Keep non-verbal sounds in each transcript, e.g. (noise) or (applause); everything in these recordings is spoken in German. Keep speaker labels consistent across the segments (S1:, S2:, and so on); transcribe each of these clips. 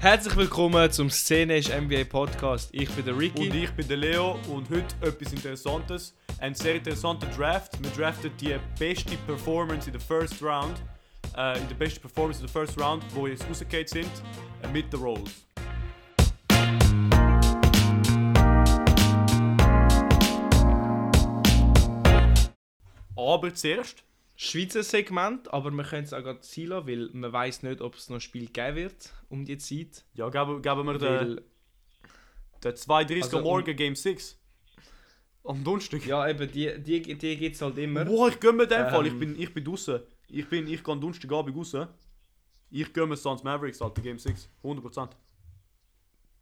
S1: Herzlich willkommen zum Szene ist NBA Podcast. Ich bin der Ricky.
S2: Und ich bin der Leo und heute etwas Interessantes. Ein sehr interessanter Draft. Wir draften die beste Performance in der First Round. Äh, in der besten Performance in der First Round, wo jetzt rausgeht sind, äh, mit den Rolls. Aber zuerst,
S1: Schweizer Segment, aber wir können es auch gerade sein lassen, weil man weiß nicht, ob es noch ein Spiel geben wird um die Zeit.
S2: ja, geben, geben wir den,
S1: Weil,
S2: den 32
S1: Also,
S2: am Morgen Game 6. Am Donnerstag.
S1: ja, eben, die, die, die gibt es halt immer.
S2: Boah, ich gönn mir den
S1: Ähm.
S2: Fall. Ich bin, ich bin draußen. Ich bin, ich kann Donnerstagabend raus. Ich gönn mir Suns Mavericks, Alter, Game 6. 100%.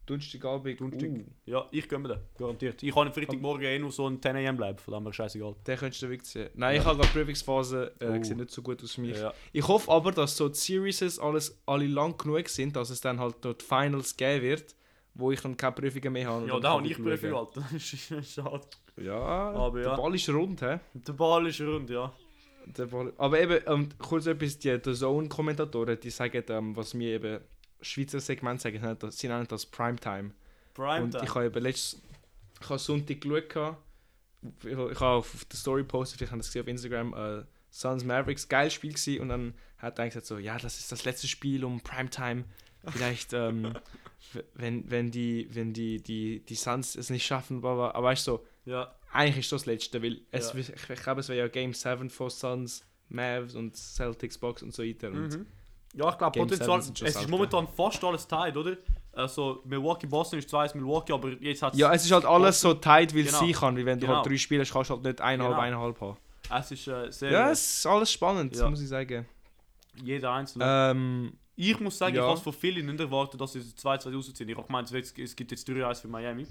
S1: Donnerstagabend.
S2: Donnerstag.
S1: Uh,
S2: Ja, ich gönn mir den. Garantiert. Ich kann am Freitagmorgen eh nur so ein 10 am bleiben. Von dem her scheißegal.
S1: den könntest du wirklich sehen. Nein, ich habe gerade Prüfungsphase. Äh,
S2: Uh.
S1: Sieht nicht so gut aus für mich.
S2: Ja.
S1: Ich hoffe aber, dass so die Series alles alle lang genug sind, dass es dann halt dort Finals geben wird, wo ich dann keine Prüfungen mehr habe. und
S2: Ja,
S1: dann
S2: da
S1: kann
S2: habe ich
S1: schauen.
S2: Prüfung, Alter. (laughs) Schade.
S1: Ja,
S2: Aber
S1: der
S2: ja.
S1: Ball ist rund, hä?
S2: Der Ball ist rund, ja.
S1: Der Ball. Aber eben, ähm, kurz etwas, die The Zone-Kommentatoren, die sagen, ähm, was wir eben Schweizer Segment sagen, sie nennen das- sie nennen das Primetime.
S2: Prime
S1: Und ich habe eben letztes ich habe Sonntag geschaut. gehabt. Ich habe ich habe auf der Story gepostet, ich habe das gesehen auf Instagram. Äh, Suns Mavericks, geiles Spiel gewesen. Und dann hat er gesagt so, ja, das ist das letzte Spiel um Primetime. Vielleicht, ähm, w- wenn, wenn, die, wenn die, die, die Suns es nicht schaffen, bla, bla. aber weißt du, so,
S2: Ja,
S1: eigentlich ist das das letzte, weil es,
S2: Ja.
S1: ich, ich glaube, es wäre ja Game 7 von Suns, Mavs und Celtics, Box und so weiter. Und
S2: Mhm. ja ich glaube,
S1: Game
S2: potenziell.
S1: Seven sind
S2: Es
S1: schon
S2: ist
S1: selten.
S2: momentan fast alles tied, oder? Also, Milwaukee Boston ist 2 Milwaukee, aber jetzt hat
S1: ja, es ist halt alles so tight, weil es
S2: Genau.
S1: sein kann, weil wenn du halt
S2: Genau.
S1: drei Spiele hast, kannst du halt nicht eineinhalb,
S2: Genau.
S1: eineinhalb haben.
S2: es ist äh, sehr.
S1: Ja, es ist alles spannend,
S2: Ja.
S1: muss ich sagen.
S2: Jeder einzelne.
S1: Ähm,
S2: Ich muss sagen,
S1: Ja.
S2: ich habe es von vielen nicht erwartet, dass sie 2-2 rausziehen. Ich habe gemeint, es wird- es gibt jetzt 3-1 für Miami.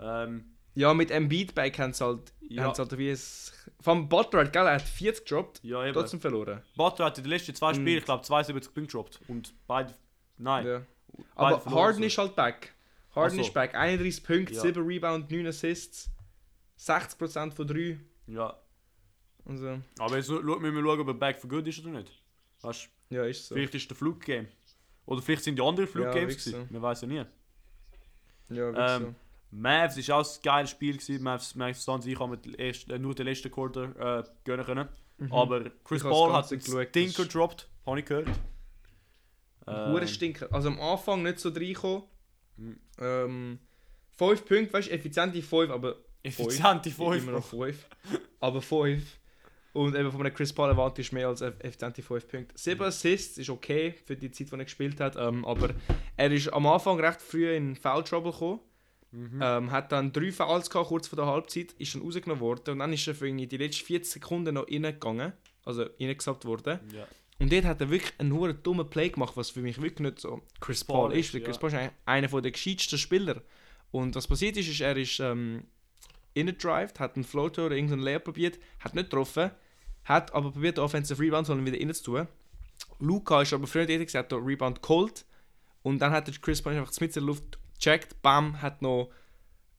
S2: Ähm,
S1: ja, mit Embiid Back haben sie halt,
S2: Ja.
S1: haben's halt wie es. Vom Butler, gell, er hat 40 gedroppt,
S2: ja, eben.
S1: trotzdem verloren.
S2: Butler hat in den letzten zwei
S1: Mm.
S2: Spielen, ich glaube, 72 Punkte gedroppt. Und beide. Nein.
S1: Ja. Aber
S2: verloren,
S1: Harden
S2: so.
S1: ist halt back. Harden
S2: Ach so.
S1: ist back. 31 Punkte,
S2: Ja.
S1: 7 Rebound, 9 Assists, 60% von Also, 3.
S2: Ja.
S1: Und so.
S2: Aber jetzt schau- müssen wir schauen, ob er back for good ist oder nicht. Weißt du,
S1: Ja, ist so.
S2: vielleicht ist der Flug Game. Oder vielleicht sind die anderen Flug Games.
S1: wirklich
S2: gewesen. Man weiß ja nie.
S1: Ja, wirklich
S2: Ähm, Mavs ist auch ein geiles Spiel gewesen. Mavs, Mavs Suns, ich habe mir die erste- äh, nur den letzten Quarter äh, gönnen können.
S1: so. Mhm.
S2: Aber Chris
S1: Ich habe das
S2: Paul hat
S1: Ganze
S2: einen
S1: geschaut,
S2: Stinker
S1: das-
S2: gedroppt, habe ich gehört.
S1: Hure
S2: Ähm,
S1: stinker. Also am Anfang nicht so reinkommen.
S2: Mhm.
S1: Ähm, 5 Punkte, weißt du, effiziente 5, aber
S2: Effiziente
S1: Immer noch
S2: 5.
S1: 5. Aber 5. Und eben von einem Chris Paul erwartet ist mehr als eff- effiziente 5 Punkte. 7 Assists ist okay für die Zeit, die er gespielt hat. Ähm, aber er ist am Anfang recht früh in Foul Trouble gekommen. Ähm, hat dann drei Fouls gehabt, kurz vor der Halbzeit, ist dann rausgenommen worden und dann ist er für irgendwie die letzten 40 Sekunden noch reingegangen, also reingesappt worden.
S2: Ja.
S1: Und dort hat er wirklich einen hohen dummen Play gemacht, was für mich wirklich nicht so Chris Paul,
S2: Paul
S1: ist.
S2: ist,
S1: weil
S2: ja.
S1: Chris Paul ist ein- einer von der gescheitsten Spieler. Und was passiert ist, ist er ist ähm, innerdrived, hat einen Floater oder irgendeinen Layup probiert, hat nicht getroffen, hat aber probiert, den Offensive Rebound sondern wieder innen zu tun. Luca ist aber früher tätig, hat den Rebound geholt und dann hat der Chris Paul einfach mit der Luft gecheckt, bam, hat noch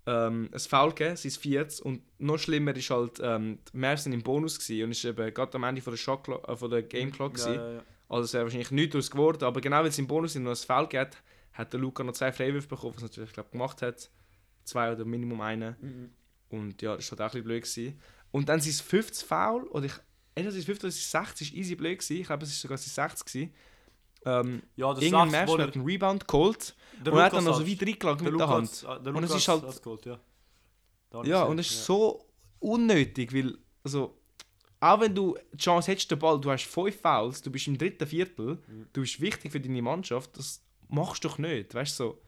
S1: ähm, ein Foul gegeben, sein viertes und noch schlimmer ist halt, ähm, die Mavs sind im Bonus gewesen und ist eben gerade am Ende von der, Shot Clock- äh, von der Game Clock
S2: Ja,
S1: gewesen.
S2: ja, ja.
S1: Also es wäre wahrscheinlich nichts daraus geworden, aber genau weil es im Bonus noch ein Foul gibt, hat der Luca noch zwei Freiwürfe bekommen, was er natürlich glaub, gemacht hat. Zwei oder Minimum einen.
S2: Mhm.
S1: Und ja, das war halt auch ein bisschen blöd. Gewesen. Und dann sein fünftes Foul, oder ich, entweder sein fünftes oder sein sechstes, ist easy blöd gewesen. Ich glaube, es war sogar sein sechstes gewesen. Ähm,
S2: ja, das
S1: irgendein
S2: sagst
S1: Mensch
S2: wo
S1: hat einen Rebound geholt und hat dann noch so weit reingelangt mit der Hand.
S2: Der
S1: Und es
S2: Lukas
S1: ist halt-
S2: hat's geholt, ja. Da hab ich
S1: Ja,
S2: gesehen,
S1: und es ist so unnötig, weil, also, auch wenn du die Chance hättest, den Ball, du hast fünf Fouls, du bist im dritten Viertel,
S2: Mhm.
S1: du bist wichtig für deine Mannschaft, das machst du doch nicht, weißt du so.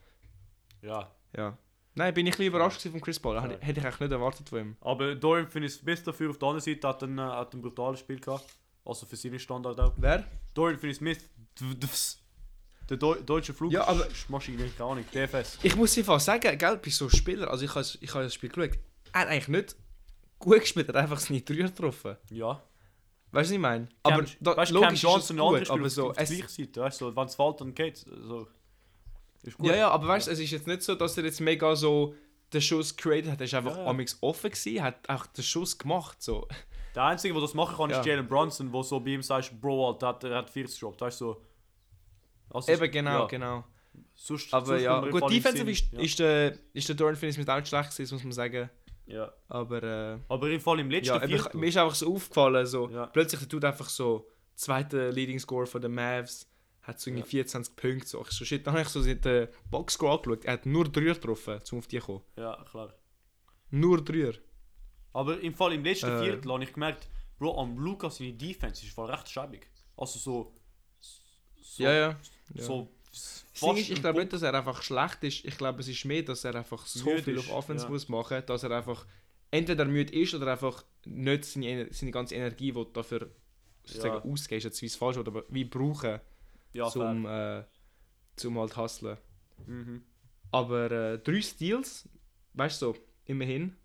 S2: ja.
S1: Ja. Nein, bin ich ein bisschen überrascht gewesen von Chris Paul,
S2: Sorry.
S1: hätte hätte ich eigentlich nicht erwartet von ihm.
S2: Aber Dorian finde ich es besser dafür. Auf der anderen Seite hat er ein, äh, hat ein brutales Spiel gehabt. Also für seine Standard auch.
S1: Wer?
S2: Dorian finde ich Smith. d- d- Der Deu deutsche Flug
S1: Ja, aber-
S2: ist Maschine, keine Ahnung. DFS.
S1: Ich muss einfach sagen, gell, bei so Spielern, also ich habe ich habe das Spiel geschaut, er hat eigentlich nicht gut gespielt, er hat einfach seine Dreier getroffen.
S2: Ja.
S1: Weißt du, was ich meine? Aber
S2: Cam,
S1: da,
S2: weißt,
S1: logisch
S2: Cam
S1: ist es
S2: Johnson und
S1: gut,
S2: andere
S1: aber
S2: Spieler
S1: so,
S2: auf der
S1: es,
S2: gleichen Seite. Weißt du, so, wenn es fällt, dann geht's. So. Ist gut.
S1: Ja, ja, aber weißt du, es ist jetzt nicht so, dass er jetzt mega so den Schuss created hat. Er ist einfach
S2: Ja, ja.
S1: amix offen gewesen, hat auch den Schuss gemacht. So.
S2: Der Einzige, der das machen kann, ist
S1: Ja.
S2: Jalen Brunson, wo so bei ihm sagst, Bro, Alter, hat- er hat 40 Jobs. Weißt du, so. Also,
S1: Eben, genau,
S2: ja.
S1: genau.
S2: Sonst,
S1: Aber
S2: sonst
S1: ja,
S2: kommt mir
S1: gut,
S2: voll in den
S1: defensiv ist,
S2: Sinn.
S1: ist der, ist der Dorian Finis mit auch nicht schlecht gewesen, muss man sagen.
S2: ja. ja.
S1: Aber äh,
S2: Aber im Fall im letzten
S1: ja, eben, ich,
S2: Viertel.
S1: mir ist einfach so aufgefallen, so,
S2: Ja.
S1: plötzlich der tut einfach so, zweiter Leading Score von den Mavs, hat so irgendwie
S2: Ja.
S1: 24 Punkte. So, ich so, shit, dann habe ich so den Boxscore angeschaut, er hat nur 3 getroffen, um auf die zu kommen.
S2: Ja, klar.
S1: Nur 3.
S2: Aber im Fall im letzten
S1: Äh.
S2: Viertel habe ich gemerkt, Bro, am Lukas seine Defense ist voll recht schäbig. Also so. so
S1: Ja, ja. ja.
S2: So.
S1: Das Ding ist,
S2: ein
S1: ich glaube
S2: Punkt-
S1: nicht, dass er einfach schlecht ist. Ich glaube, es ist mehr, dass er einfach so
S2: Müde
S1: viel
S2: ist,
S1: auf Offense
S2: ja.
S1: muss machen, dass er einfach entweder müde ist oder einfach nicht seine, Ener- seine ganze Energie, die dafür sozusagen ausgeht, ist jetzt wie es falsch oder aber wie brauchen,
S2: Ja, fair.
S1: zum, äh, zum halt hustlen.
S2: Mhm.
S1: Aber äh, drei Steals, weißt du so, immerhin.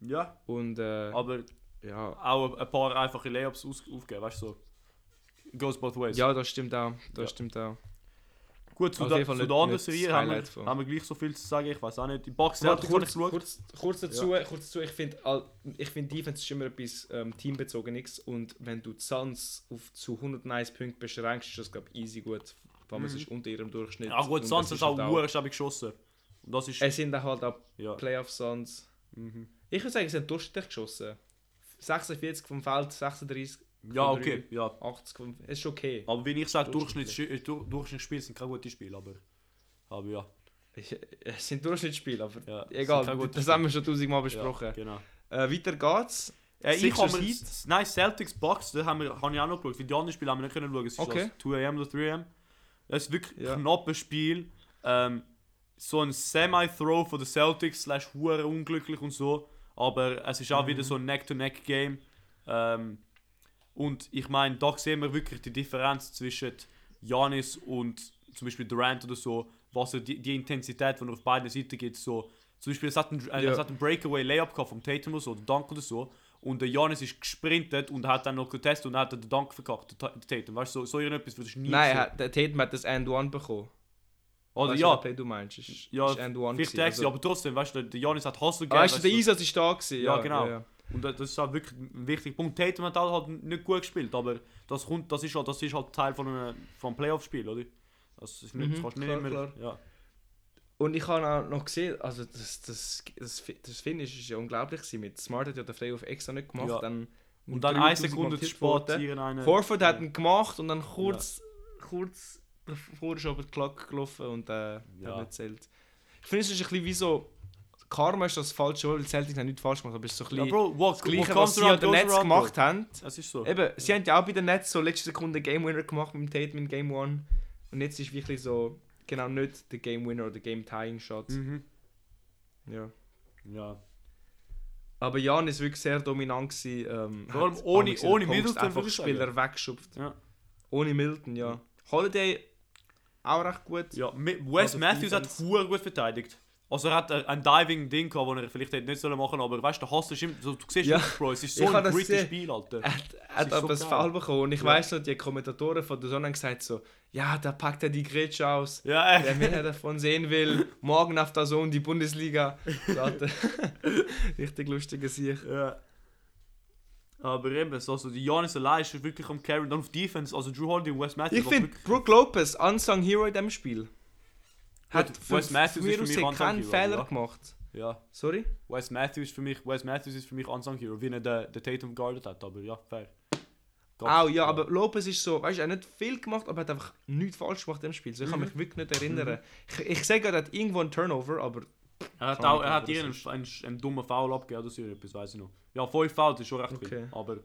S2: Ja,
S1: Und äh,
S2: aber
S1: ja.
S2: auch ein paar einfache Layups aus- aufgeben, weißt du so. Goes both ways.
S1: ja, das stimmt auch. Das
S2: Ja.
S1: stimmt auch.
S2: Gut, zu,
S1: Auf
S2: der,
S1: jeden Fall
S2: zu
S1: nicht-
S2: der anderen
S1: nicht das
S2: Serie haben
S1: Highlight
S2: wir,
S1: von-
S2: haben wir gleich so viel zu sagen, ich weiß auch nicht. Die Bucks
S1: Warte,
S2: selbst habe
S1: kurz,
S2: ich geschaut.
S1: kurz, kurz dazu, kurz dazu, ich finde, all- ich finde Defense ist immer etwas ähm, Teambezogenes und wenn du die Suns auf zu 101 Punkte beschränkst, ist das glaube ich easy gut, weil man es
S2: Mhm.
S1: ist unter ihrem Durchschnitt.
S2: Ja Ah, gut,
S1: und
S2: Suns
S1: es
S2: ist
S1: halt
S2: auch hure schäbig geschossen. Und das ist.
S1: Es sind auch halt auch
S2: ja.
S1: Playoff Suns.
S2: Mhm.
S1: Ich würde sagen, sie haben durchschnittlich geschossen. 46 vom Feld, 36,
S2: ja,
S1: Von drei.
S2: okay, ja.
S1: 80 vom Es ist okay.
S2: Aber wenn ich sage,
S1: Durchschnittlich.
S2: Durchschnittsspiele Durchschnitts Durchschnittsspiele sind kein gutes Spiel, aber. Aber ja.
S1: Ich- Es sind Durchschnittsspiele, aber
S2: ja
S1: egal,
S2: sind keine guten
S1: das
S2: Spiele.
S1: haben wir schon tausendmal
S2: Ja,
S1: besprochen.
S2: genau.
S1: Äh, weiter geht's.
S2: Äh, ich
S1: Sixers
S2: habe mir
S1: Heat.
S2: S- Nein, Celtics Bucks, da haben wir, habe ich auch noch geschaut, weil die anderen Spiele haben wir nicht können schauen. Es
S1: Okay.
S2: ist das 2 am oder 3 am. Es ist wirklich
S1: Ja.
S2: ein knappes Spiel. Ähm, so ein Semi-Throw von den Celtics, slash hure unglücklich und so. Aber es ist auch
S1: Mhm.
S2: wieder so ein Neck-to-Neck-Game. Ähm, und ich meine, da sehen wir wirklich die Differenz zwischen Janis und zum Beispiel Durant oder so, was er, die, die Intensität, die er auf beiden Seiten gibt, so. Zum Beispiel, es hat einen, äh,
S1: Ja.
S2: es hat einen Breakaway-Layup gehabt vom Tatum oder so, oder Dunk oder so. Und der Janis ist gesprintet und hat dann noch getestet und hat dann den Dunk verkackt, der Ta- der Tatum. Weißt du, so, so irgendetwas würdest du nie
S1: Nein,
S2: sehen.
S1: er hat- der Tatum hat das End-One bekommen.
S2: Oder
S1: Weißt
S2: Also ja,
S1: du, Play du meinst? Ist,
S2: Ja,
S1: ist End One
S2: vielleicht
S1: gewesen,
S2: der also, aber trotzdem, weißt du, der Janis hat Hustle
S1: Ah, weißt du, der
S2: weißt
S1: Einsatz ist da gewesen.
S2: Ja,
S1: Ja,
S2: genau.
S1: Ja, ja.
S2: du. Und das das ist halt wirklich ein wichtiger Punkt. Tatum hat halt nicht gut gespielt, aber das, kommt, das, ist, halt, das ist halt Teil von einem, vom Playoff-Spiel, oder? Das ist nicht,
S1: Mhm,
S2: das kannst du nicht
S1: klar,
S2: immer...
S1: klar.
S2: Ja.
S1: Und ich habe auch noch gesehen, also das, das, das, Fi- das Finish ist ja unglaublich gewesen. Mit Smart hat ja den Playoff extra nicht gemacht.
S2: Ja.
S1: Dann
S2: Und dann eine Sekunde zu spät äh, tieren einen...
S1: Horford hat ihn gemacht und dann kurz, kurz davor ist aber die Glocke gelaufen und äh,
S2: Ja.
S1: hat nicht zählt. Ich finde es ist ein bisschen wie so, Karma ist das falsche Wort, weil die Celtics haben nichts falsch gemacht, aber es ist so ein
S2: Ja,
S1: bisschen
S2: Bro, what,
S1: das Gleiche,
S2: what
S1: was
S2: comes
S1: sie an
S2: around,
S1: den
S2: goes
S1: Netz
S2: around,
S1: gemacht
S2: Bro.
S1: haben.
S2: Es ist so.
S1: Eben, sie haben ja auch bei den Nets so letzte Sekunde Game Winner gemacht mit dem Tatum in Game One Und jetzt ist wirklich so, genau nicht der Game Winner oder Game Tying Shot.
S2: Mhm.
S1: Ja.
S2: Ja.
S1: Aber Jan ist wirklich sehr dominant. Gewesen, ähm,
S2: Vor allem
S1: hat
S2: ohne-
S1: angesehen,
S2: ohne
S1: Post
S2: Middleton,
S1: einfach
S2: würde ich sagen.
S1: Spieler weggeschubst.
S2: Ja.
S1: Ohne Milton, ja. Holiday auch recht gut.
S2: ja. Mi- Wes
S1: Also,
S2: Matthews hat
S1: Defense.
S2: sehr gut verteidigt. Also er hat äh, ein Diving Ding gehabt, das er vielleicht hätte nicht sollen machen, aber weißt du, der Hass ist immer, so, du siehst
S1: Ja.
S2: es, Bro, es ist
S1: Ich
S2: so
S1: hab
S2: ein
S1: das Äh.
S2: gritty
S1: gesehen.
S2: Spiel, Alter.
S1: Er hat, er hat
S2: ist so
S1: aber das
S2: geil.
S1: Foul bekommen und ich
S2: Ja.
S1: weiss noch, die Kommentatoren von der Sonne haben gesagt so, ja, da packt er die Grätsche aus.
S2: Ja, äh. echt.
S1: Wer
S2: (laughs)
S1: mehr davon sehen will, morgen auf der Zone die Bundesliga. So hat er- (laughs) Richtig lustiger Sieg.
S2: Ja. Aber eben, so, also die Janis allein ist wirklich am Carry. Dann auf Defense, also Drew Holiday und Wes Matthews.
S1: Ich
S2: was
S1: finde,
S2: wirklich-
S1: Brooke Lopez, Unsung Hero in diesem Spiel, hat
S2: Gut,
S1: für,
S2: Wes Matthews
S1: für
S2: ist
S1: mich
S2: für
S1: aus
S2: mich
S1: gesehen
S2: Unsung
S1: keinen
S2: Hero,
S1: Fehler
S2: ja.
S1: gemacht.
S2: Ja.
S1: Sorry?
S2: Wes Matthews für mich, Wes Matthews ist für mich Unsung Hero, wie er den, den Tatum guarded hat, aber ja, fair. Gott,
S1: Auch ja, aber Lopez ist so, weißt du, er hat nicht viel gemacht, aber er hat einfach nichts falsch gemacht im Spiel. So, ich kann
S2: Mhm.
S1: mich wirklich nicht erinnern. Ich, ich sage, er hat irgendwo einen Turnover, aber
S2: Er hat,
S1: Kann
S2: auch,
S1: ich
S2: er hat
S1: nicht,
S2: ihr einen, einen, einen dummen Foul abgegeben oder so etwas, weiß ich noch. Ja, 5 Fouls ist schon recht viel,
S1: Okay.
S2: aber,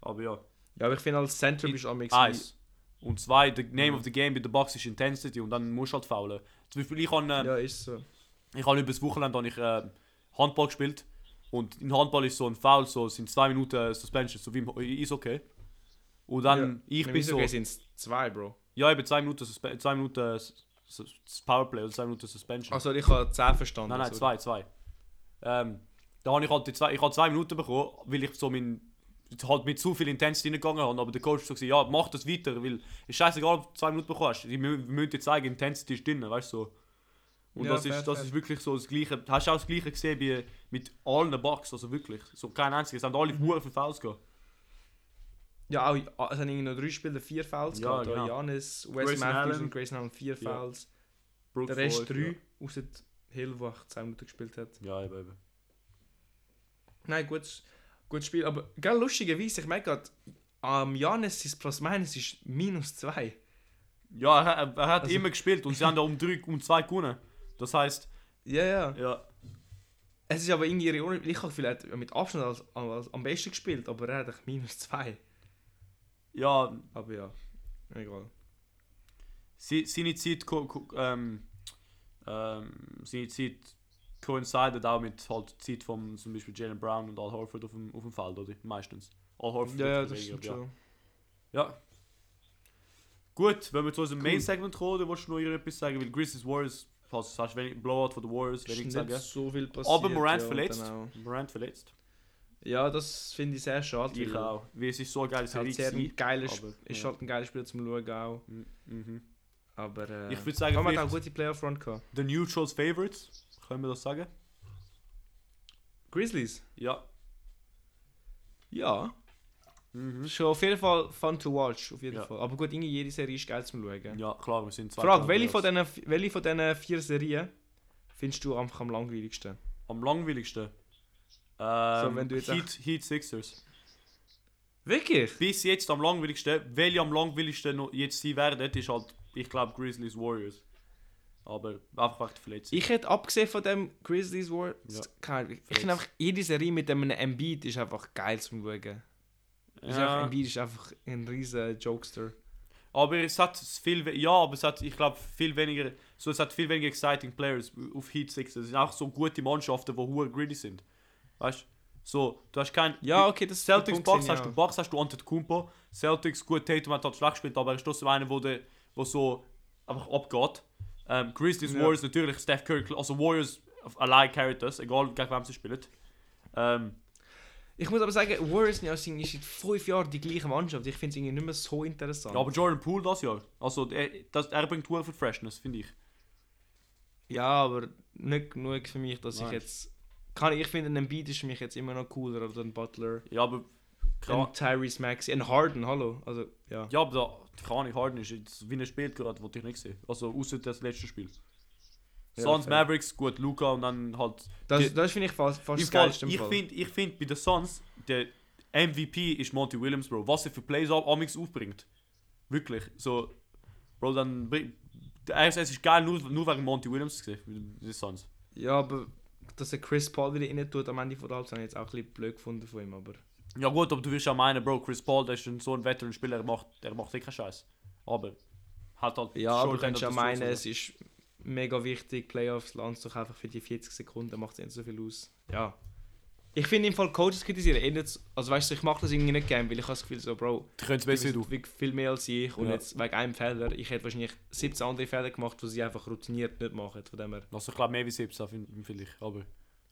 S2: aber ja.
S1: ja, aber ich finde, als Center
S2: Ich- Ah,
S1: bist du am nächsten.
S2: Eins. Und zwei, the name of the game bei der Box ist Intensity und dann musst du halt foulen. Zum Beispiel, ich habe äh,
S1: Ja, ist so.
S2: ich habe über das Wochenende habe ich, äh, Handball gespielt und in Handball ist so ein Foul, so sind zwei Minuten äh, Suspension, so wie im ist okay. Und dann, ich bin so,
S1: Okay, sind es zwei, Bro.
S2: ja eben zwei Minuten, Suspe zwei Minuten äh, Sus- Sus- Powerplay oder zwei Minuten Suspension.
S1: Also, ich habe zehn verstanden.
S2: Nein, nein,
S1: sorry.
S2: zwei, zwei. Ähm, da habe ich halt die zwei, ich hab zwei Minuten bekommen, weil ich so mein, halt mit zu viel Intensity reingegangen habe. Aber der Coach hat so gesagt, ja, mach das weiter, weil es ist scheißegal, ob du zwei Minuten bekommst. Die mü- müssen dir zeigen, Intensity ist drin, weißt du. So. Und
S1: Ja,
S2: das,
S1: fair,
S2: ist, das
S1: fair.
S2: ist wirklich so das Gleiche. Hast du auch das Gleiche gesehen bei, mit allen Bugs, also wirklich. So kein einziges. Es haben alle Huren für Fouls gehabt.
S1: Ja, auch, ah, es haben irgendwie noch drei Spieler vier Fouls
S2: Ja,
S1: gehabt.
S2: genau.
S1: Ja. Janis, Wes
S2: Grayson
S1: Matthews
S2: Allen.
S1: und Grayson Allen vier
S2: Ja.
S1: Fouls.
S2: Brook
S1: Der Rest
S2: Floyd,
S1: drei, außer Hill, der 18 Minuten gespielt hat.
S2: Ja, ja eben, eben.
S1: Nein, gutes, gutes Spiel. Aber gell, lustigerweise, ich merke gerade, am Janis ist Plus-Minus ist minus 2.
S2: Ja, er, er er hat
S1: Also-
S2: immer gespielt und sie haben da um 3 um 2 gewonnen. Das heisst,
S1: Ja, ja.
S2: ja,
S1: Es ist aber irgendwie ironisch. Ich habe vielleicht mit Abstand als, als, am besten gespielt, aber er hat echt minus 2.
S2: ja
S1: Aber ja, egal.
S2: sie, seine Zeit, ko, ko, ähm, ähm, seine Zeit coincided auch mit halt der Zeit von zum Beispiel Jalen Brown und Al Horford auf dem, auf dem Feld, oder? Meistens. Al Horford
S1: Ja, ja,
S2: weniger,
S1: das stimmt
S2: aber ja.
S1: schon.
S2: Ja. Gut, wenn wir zu unserem
S1: Cool.
S2: Main-Segment kommen, dann willst du noch irgendetwas sagen, weil Grizzlies Warriors, falls du hast wenig Blowout von den Warriors,
S1: Ist
S2: wenig
S1: nicht
S2: zu sagen.
S1: so viel passiert.
S2: Aber Morant
S1: ja, und
S2: verletzt.
S1: dann auch-
S2: Morant verletzt.
S1: Ja, das finde ich sehr schade.
S2: Ich
S1: weil
S2: auch. Weil es ist so eine geile
S1: Es hat
S2: Serie.
S1: sehr ein
S2: gewesen.
S1: geiler
S2: aber,
S1: Sp- ist
S2: ja.
S1: halt ein geiler Spieler zum Schauen auch.
S2: Mhm, Mhm.
S1: Aber äh,
S2: Ich würd sagen,
S1: man hat auch
S2: vielleicht-
S1: gute Playoff-Run gehabt.
S2: The Neutrals Favorites, können wir das sagen?
S1: Grizzlies?
S2: Ja.
S1: Ja.
S2: Mhm.
S1: Schon auf jeden Fall fun to watch, auf jeden
S2: Ja.
S1: Fall. Aber gut, irgendwie jede Serie ist geil zum Schauen.
S2: Ja, klar, wir sind zwei.
S1: Frage, welche von, diesen, welche von diesen vier Serien findest du einfach am langweiligsten?
S2: Am langweiligsten. Ähm,
S1: wenn du jetzt
S2: Heat, Heat Sixers.
S1: Wirklich?
S2: Bis jetzt am langweiligsten. Welche am langweiligsten noch jetzt sie werden, ist halt, ich glaube, Grizzlies Warriors. Aber einfach wegen der Verletzung.
S1: Ich hätte abgesehen von dem Grizzlies War.
S2: Ja.
S1: keine Ahnung, Ich finde einfach, jede Serie mit dem Embiid ist einfach geil zum Schauen. Ist einfach,
S2: ja.
S1: Embiid ist einfach ein riesen Jokester.
S2: Aber es hat viel, we- ja, aber es hat, ich glaube, viel weniger, so es hat viel weniger exciting Players auf Heat Sixers. Es sind auch so gute Mannschaften, die hohe greedy sind. Weißt du? So, du hast kein.
S1: Ja, okay, das
S2: Celtics
S1: der
S2: Box
S1: den ich
S2: hast du
S1: auch.
S2: Box hast du Antetokounmpo. Celtics gut Tatum hat halt schlecht gespielt, aber er ist trotzdem einer, wo der wo so einfach abgeht. Ähm, Grizzlies
S1: Ja.
S2: Warriors natürlich Steph Curry, also Warriors allein carried das, egal gegen wem sie spielen. Ähm,
S1: Ich muss aber sagen, Warriors sind ja sind seit fünf Jahren die gleiche Mannschaft. Ich finde es irgendwie nicht mehr so interessant.
S2: ja, aber Jordan Poole das ja, also er, das, er bringt hohe für Freshness, finde ich.
S1: Ja, aber nicht genug für mich, dass
S2: Nein.
S1: ich jetzt. Kann, ich finde, ein Embiid ist für mich jetzt immer noch cooler als ein Butler.
S2: Ja, aber
S1: Ein Tyrese Maxi, ein Harden, hallo. Also, ja.
S2: Ja, aber da keine Harden ist jetzt, wie er spielt gerade, wollte ich nicht sehen. Also außer das letzte Spiel.
S1: Ja,
S2: Suns,
S1: fair.
S2: Mavericks, gut, Luca und dann halt.
S1: Das,
S2: die-
S1: das finde ich fast, fast
S2: Im
S1: das
S2: Fall,
S1: geilste im
S2: ich
S1: Fall.
S2: finde, ich find, bei den Suns, der MVP ist Monty Williams, Bro. Was er für Plays ab Amix aufbringt. Wirklich. So, Bro, dann. bring- Der RSS ist geil, nur, nur wegen Monty Williams gesehen, die Suns.
S1: Ja, aber dass er Chris Paul wieder rein tut am Ende von der Halbzeit, habe ich jetzt auch ein bisschen blöd gefunden von ihm, aber.
S2: Ja, gut, aber du wirst ja meinen, Bro, Chris Paul, der ist ein, so ein Veteran-Spieler, der macht, der macht eh keinen Scheiß. Aber. Hat halt.
S1: Ja, aber
S2: Short-Hand
S1: du kannst ja
S2: dazu, so.
S1: meinen, es ist mega wichtig, Playoffs, Lanz doch einfach für die 40 Sekunden, macht es nicht so viel aus. Ja. Ich finde im Fall Coaches kritisieren, eh nicht, so- also weißt du, ich mache das irgendwie nicht gern, weil ich habe das Gefühl so, Bro,
S2: Die können es
S1: Besser
S2: besser
S1: du.
S2: du.
S1: wissen Viel mehr als ich. Und
S2: Ja.
S1: jetzt wegen einem Fehler, ich hätte wahrscheinlich 17 andere Fehler gemacht, die sie einfach routiniert nicht machen. Von dem her.
S2: Also ich glaube mehr wie 17 fin- vielleicht, aber,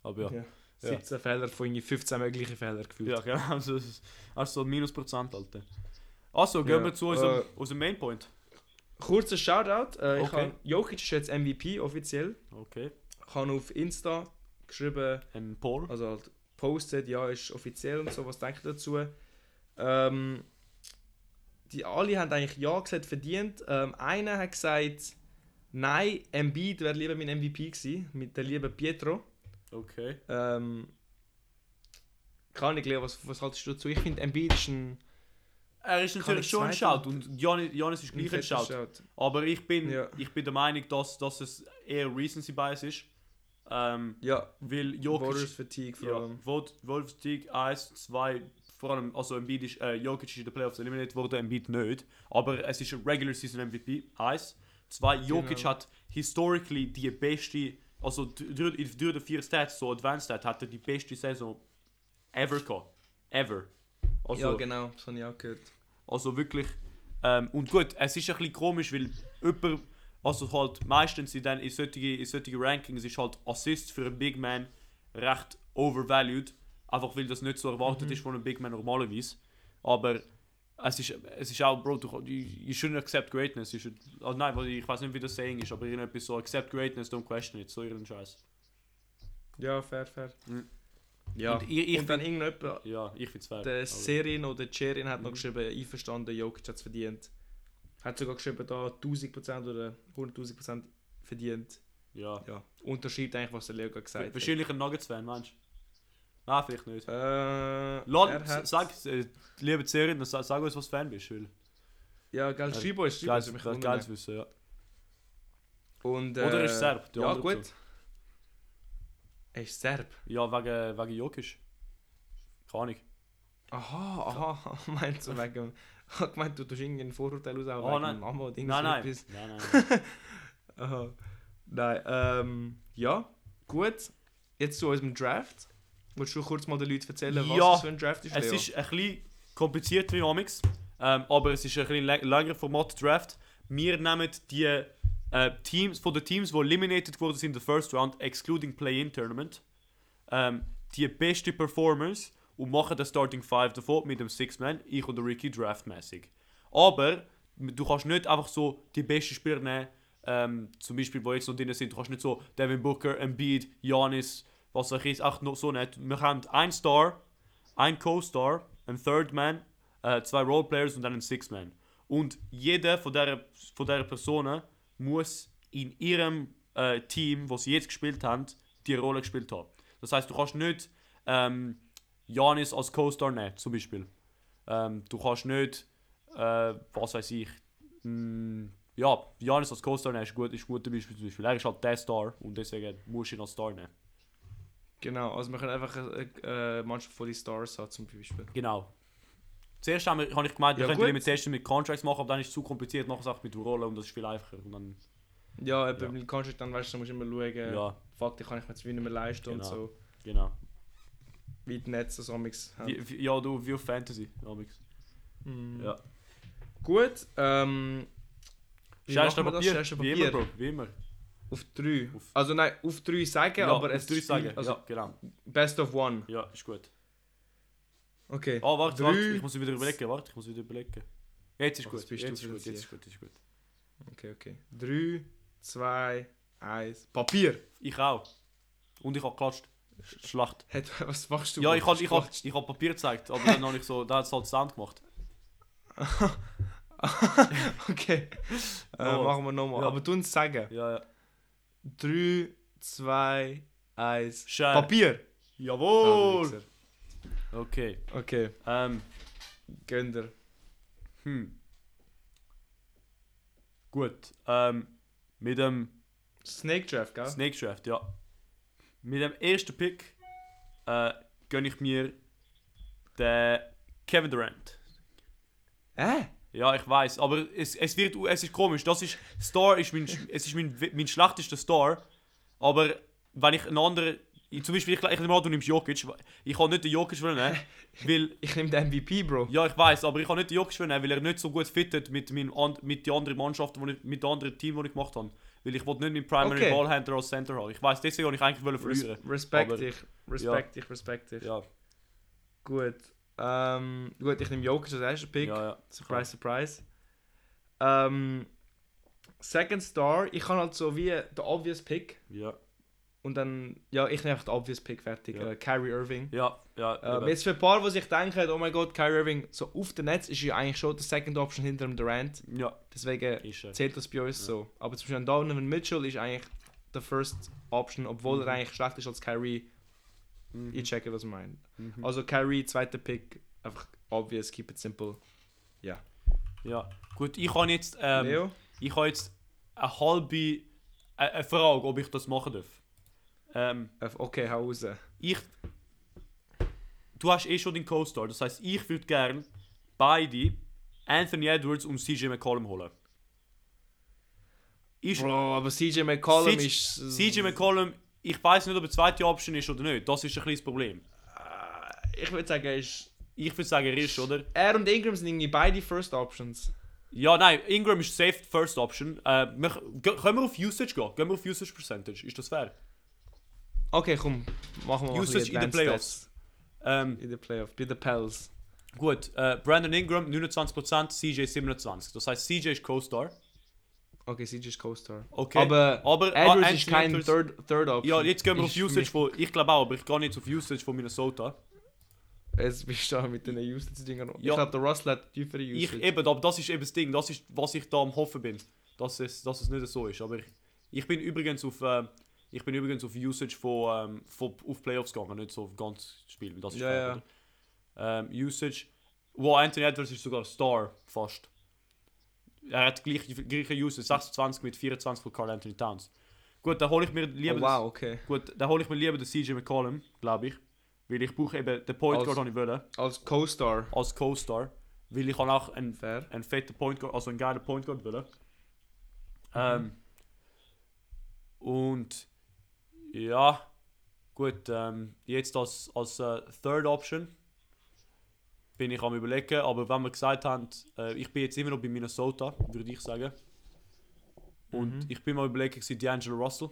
S2: aber ja.
S1: Ja. 17 Fehler von irgendwie 15 möglichen Fehlern gefühlt.
S2: Ja, (laughs) genau, also es ist- hast so ein Minusprozent, Alter. Also, gehen
S1: Ja,
S2: wir zu unserem,
S1: äh,
S2: unserem Mainpoint.
S1: Kurzer Shoutout. Äh, ich
S2: Okay.
S1: hab, Jokic ist jetzt MVP offiziell.
S2: Okay.
S1: Ich habe auf Insta geschrieben,
S2: Ein Paul.
S1: also halt postet, ja, ist offiziell und so, was denkt ihr dazu? Ähm, die alle haben eigentlich ja gesagt, verdient. Ähm, einer hat gesagt, nein, Embiid wäre lieber mein MVP gewesen, mit der lieben Pietro.
S2: Okay.
S1: Ähm, kann ich Leo, was, was haltest du dazu? Ich finde, Embiid ist ein
S2: Er ist
S1: Kann
S2: natürlich
S1: ich
S2: schon ein Shout
S1: zweiten-
S2: und Janis, Janis ist gleich ein
S1: fetter
S2: Shout. Aber ich bin,
S1: Ja.
S2: ich bin der Meinung, dass, dass es eher Recency Bias ist. Ähm,
S1: Ja,
S2: weil
S1: Warriors
S2: Jokic...
S1: Fatigue vor
S2: Ja,
S1: allem.
S2: Wolf- Wolfs Sieg 1, 2, vor allem, also Embiid ist, äh, Jokic ist in den Playoffs eliminiert worden, Embiid nicht. Aber es ist ein Regular Season MVP, 1. 2, Jokic
S1: Genau.
S2: hat historically die beste, also d- durch in- durch die vier Stats, so Advanced Stat, hat er die beste Saison ever gehabt. Ever. Also,
S1: Ja, genau, das habe ich auch gehört.
S2: also wirklich. Ähm, und gut, es ist ein bisschen komisch, weil jemand, also halt meistens in, den, in, solchen, in solchen Rankings ist halt Assist für einen Big Man recht overvalued. Einfach weil das nicht so erwartet ist von einem Big Man normalerweise. Aber Es ist, es ist auch, Bro, du, you, you shouldn't accept greatness. You should, oh nein, weil ich weiß nicht, wie das Saying ist, aber irgendetwas so, accept greatness, don't question it, so irgendein Scheiß.
S1: Ja, fair, fair.
S2: Mhm.
S1: Ja.
S2: Und
S1: Und,
S2: ich- ich
S1: dann irgendjemand,
S2: Ja, ich find's fair.
S1: der
S2: aber- Mhm.
S1: Serin oder Cherin hat noch geschrieben, einverstanden, Jokic hat es verdient. Hat sogar geschrieben, da 1000% oder 100.000% verdient.
S2: Ja.
S1: Ja. Unterschreibt eigentlich, was der Leo gerade gesagt hat.
S2: Wahrscheinlich ein Nuggets-Fan, meinst du? Nein, vielleicht nicht.
S1: Äh,
S2: Lad,
S1: er hat-
S2: sag, äh, liebe Serien, sag, sag uns, was du Fan bist. Weil,
S1: Ja,
S2: Äh,
S1: geil, schreib uns, schreib uns,
S2: geiles,
S1: ich mich
S2: geiles,
S1: wundern.
S2: geiles Wissen, ja.
S1: Und, äh,
S2: Oder ist Serb, der
S1: Ja,
S2: andere
S1: gut.
S2: so.
S1: Er ist Serb.
S2: Ja, wegen, wegen Jokic. Keine Ahnung.
S1: Aha, aha, (laughs) meinst du wegen... Ich hab gemeint, du tust irgendeinen Vorurteil aus,
S2: Oh,
S1: auch wegen
S2: nein.
S1: dem Namen oder
S2: Nein, nein.
S1: irgendwas.
S2: nein, nein.
S1: Aha. Nein, ähm, ja, gut. Jetzt zu unserem Draft. Willst du kurz mal den Leuten erzählen, was
S2: Ja,
S1: es für ein Draft ist, Leo?
S2: es ist ein bisschen kompliziert wie Omics, ähm, aber es ist ein bisschen lä- längerer Format Draft. Wir nehmen die äh, Teams, von den Teams, die eliminated wurden sind in der First Round, excluding Play-In-Tournament, ähm, die besten Performers und machen den Starting Five davon mit dem Six-Man, ich und der Ricky draftmäßig. Aber du kannst nicht einfach so die besten Spieler nehmen, ähm, zum Beispiel, wo jetzt noch drin sind. Du kannst nicht so Devin Booker, Embiid, Giannis, was auch ist, auch noch so nicht. Wir haben einen Star, einen Co-Star, einen Third Man, äh, zwei Roleplayers und einen Six Man. Und jeder von dieser, von dieser Personen muss in ihrem äh, Team, das sie jetzt gespielt haben, die Rolle gespielt haben. Das heißt, du kannst nicht ähm, Janis als Co-Star nehmen, zum Beispiel. Ähm, du kannst nicht, äh, was weiß ich, mh, ja, Janis als Co-Star nehmen ist gut, ist ein gutes Beispiel zum Beispiel. Er ist halt der Star und deswegen musst du ihn als Star nehmen.
S1: genau, also wir können einfach eine, eine Mannschaft von den Stars haben, zum Beispiel.
S2: Genau. Zuerst haben wir, habe ich gemeint, wir
S1: Ja,
S2: könnten
S1: gut.
S2: Limitations mit Contracts machen, aber dann ist es zu kompliziert, nachher sagt mit Rollen und das ist viel einfacher. Und dann,
S1: Ja, eben,
S2: Ja.
S1: weil du kannst du dann, weißt du, musst du immer schauen,
S2: ja,
S1: fuck, die kann ich mir jetzt wie nicht mehr leisten und
S2: Genau.
S1: so.
S2: genau.
S1: Wie die Netze so amix haben.
S2: Wie, wie, ja, du, wie auf Fantasy. Amix.
S1: Mhm.
S2: Ja.
S1: Gut, ähm... Wie
S2: Scheiß
S1: machen wir
S2: Papier,
S1: das? Scheiß
S2: wie
S1: Papier?
S2: immer, Bro, wie immer.
S1: Auf drei.
S2: Auf-
S1: Also nein, auf drei sagen,
S2: Ja,
S1: aber
S2: auf
S1: es
S2: drei
S1: ist
S2: sagen.
S1: Also
S2: ja, genau.
S1: best of one.
S2: Ja, ist gut.
S1: Okay.
S2: Ah, warte, warte,
S1: Drei.
S2: ich muss wieder überlegen, warte, ich muss wieder überlegen. Jetzt ist
S1: Was
S2: gut, jetzt
S1: bist du
S2: ist
S1: für ein
S2: gut,
S1: Tier?
S2: jetzt ist gut, jetzt ist gut.
S1: Okay, okay. Drei, zwei, eins. Papier!
S2: Ich auch. Und ich habe geklatscht. Sch- Schlacht.
S1: Hey, du- (laughs) was machst du?
S2: Ja, ich habe ich hab,
S1: (laughs) Quatsch.
S2: ich hab Papier gezeigt, aber dann habe ich so, da hat es halt Sound gemacht.
S1: Okay. Äh,
S2: Nochmal.
S1: machen wir nochmal.
S2: Ja.
S1: Aber du uns sagen. (laughs)
S2: Ja, ja.
S1: Drei, zwei, eins.
S2: Schere.
S1: Papier!
S2: Oh.
S1: Ah, du
S2: Jawohl!
S1: Wichser.
S2: Okay.
S1: okay,
S2: Ähm,
S1: gönn dir.
S2: Hm. Gut. Ähm, mit dem
S1: Snake Draft, gell?
S2: Snake Draft, ja. Mit dem ersten Pick äh, gönne ich mir den Kevin Durant.
S1: (laughs) Äh?
S2: Ja, ich weiß, aber es, es wird, es ist komisch. Das ist Star ist mein, (laughs) es ist mein, mein schlechtester Star. Aber wenn ich einen anderen, ich- zum Beispiel ich, ich nehme an, du nimmst Jokic. Ich kann nicht den Jokic nehmen, weil
S1: Ich nehme den MVP, Bro.
S2: Ja, ich weiß, aber ich habe nicht den Jokic nehmen, weil er nicht so gut fittet mit, meinem an mit den anderen Mannschaften, wo ich, mit den anderen Team, die ich gemacht habe. Weil ich wollte nicht meinen Primary
S1: Okay.
S2: Ballhändler als Center haben. Ich weiß, deswegen wollte ich eigentlich wollen
S1: Res
S2: verlieren.
S1: respekt
S2: Aber-
S1: dich. Respekt dich, respekt dich.
S2: Ja,
S1: Gut. Ähm, gut, ich nehme Jokic als ersten Pick.
S2: ja, ja.
S1: Surprise, surprise. Ähm, Second Star, ich kann halt so wie den obvious Pick
S2: Ja,
S1: und dann, ja, ich nehme einfach den obvious Pick fertig.
S2: Ja.
S1: Äh, Kyrie Irving.
S2: ja, ja. genau.
S1: Ähm,
S2: eben.
S1: jetzt für ein paar, die sich denken, oh mein Gott, Kyrie Irving, so auf dem Netz ist ja eigentlich schon der Second Option hinter dem Durant.
S2: ja,
S1: Deswegen
S2: ist er.
S1: zählt das bei uns so. Aber zum Beispiel ein Donovan Mitchell ist eigentlich der First Option, obwohl
S2: Mhm.
S1: er eigentlich schlecht ist als Kyrie.
S2: Mhm.
S1: Ich checke, was ich meine.
S2: Mhm.
S1: Also Kyrie, zweiter Pick, einfach obvious, keep it simple.
S2: Ja, gut, ich habe jetzt, ähm,
S1: Leo?
S2: ich habe jetzt eine halbe äh, eine Frage, ob ich das machen darf. Ähm,
S1: Äh, Okay, hau raus.
S2: ich. Du hast eh schon den Co-Star, das heißt, ich würde gern beide Anthony Edwards und CJ McCollum holen. Ist
S1: Bro, aber CJ McCollum
S2: CJ
S1: ist. äh,
S2: CJ McCollum, ich weiß nicht, ob er zweite Option ist oder nicht, das ist ein kleines Problem.
S1: Ich würde sagen, er ist.
S2: Ich würde sagen, er ist, oder?
S1: Er und Ingram sind irgendwie beide First Options.
S2: Ja, nein, Ingram ist safe First Option. Äh, wir, g- können wir auf Usage gehen? Gehen wir auf Usage Percentage? Ist das fair?
S1: Okay, komm, machen wir mal ein
S2: Usage
S1: bisschen
S2: in den
S1: Advanced
S2: Playoffs.
S1: Stats.
S2: Ähm,
S1: In den Playoffs, bei den Pels.
S2: Gut, äh, Brandon Ingram 29%, CJ 27%. Das heißt, CJ ist Co-Star.
S1: Okay, CJ ist Co-Star.
S2: Okay.
S1: Aber,
S2: Aber, ah,
S1: Edwards ist
S2: Anthony
S1: kein
S2: Edwards-
S1: Third, third Option.
S2: Ja, jetzt gehen wir auf
S1: Ist für
S2: Usage
S1: mich-
S2: von. Ich glaube auch, aber ich gehe nicht auf Usage von Minnesota.
S1: Jetzt bist du da mit den Usage-Dingern.
S2: Ja.
S1: Ich glaube, der Russell hat tiefere
S2: Ich
S1: Usage.
S2: eben, aber das ist eben das Ding, das ist, was ich da am Hoffen bin. Dass es, dass es nicht so ist. Aber ich, ich bin übrigens auf. Äh, ich bin übrigens auf Usage von, ähm, von, auf Playoffs gegangen, nicht so auf ganz Spiel. Das ist
S1: Ja,
S2: fair,
S1: ja.
S2: oder? Ähm, Usage. Wow, Anthony Edwards ist sogar Star, fast. Er hat gleich, gleiche Usage, 26 mit 24 von Carl Anthony Towns. Gut, dann hole ich mir lieber
S1: oh,
S2: das-
S1: wow, okay.
S2: Gut, dann hole ich mir lieber den CJ McCollum, glaube ich. Weil ich brauche eben den Point
S1: Als-
S2: Guard, den ich will,
S1: Als Co-Star.
S2: als Co-Star. Weil ich kann auch einen,
S1: Fair.
S2: einen fetten Point Guard, also einen geilen Point Guard will. Ähm, und ja, gut, ähm, jetzt als, als äh, Third Option bin ich am überlegen, aber wenn wir gesagt haben, äh, ich bin jetzt immer noch bei Minnesota, würde ich sagen. Und
S1: Mhm.
S2: ich bin mal überlegen, gewesen, D'Angelo Russell.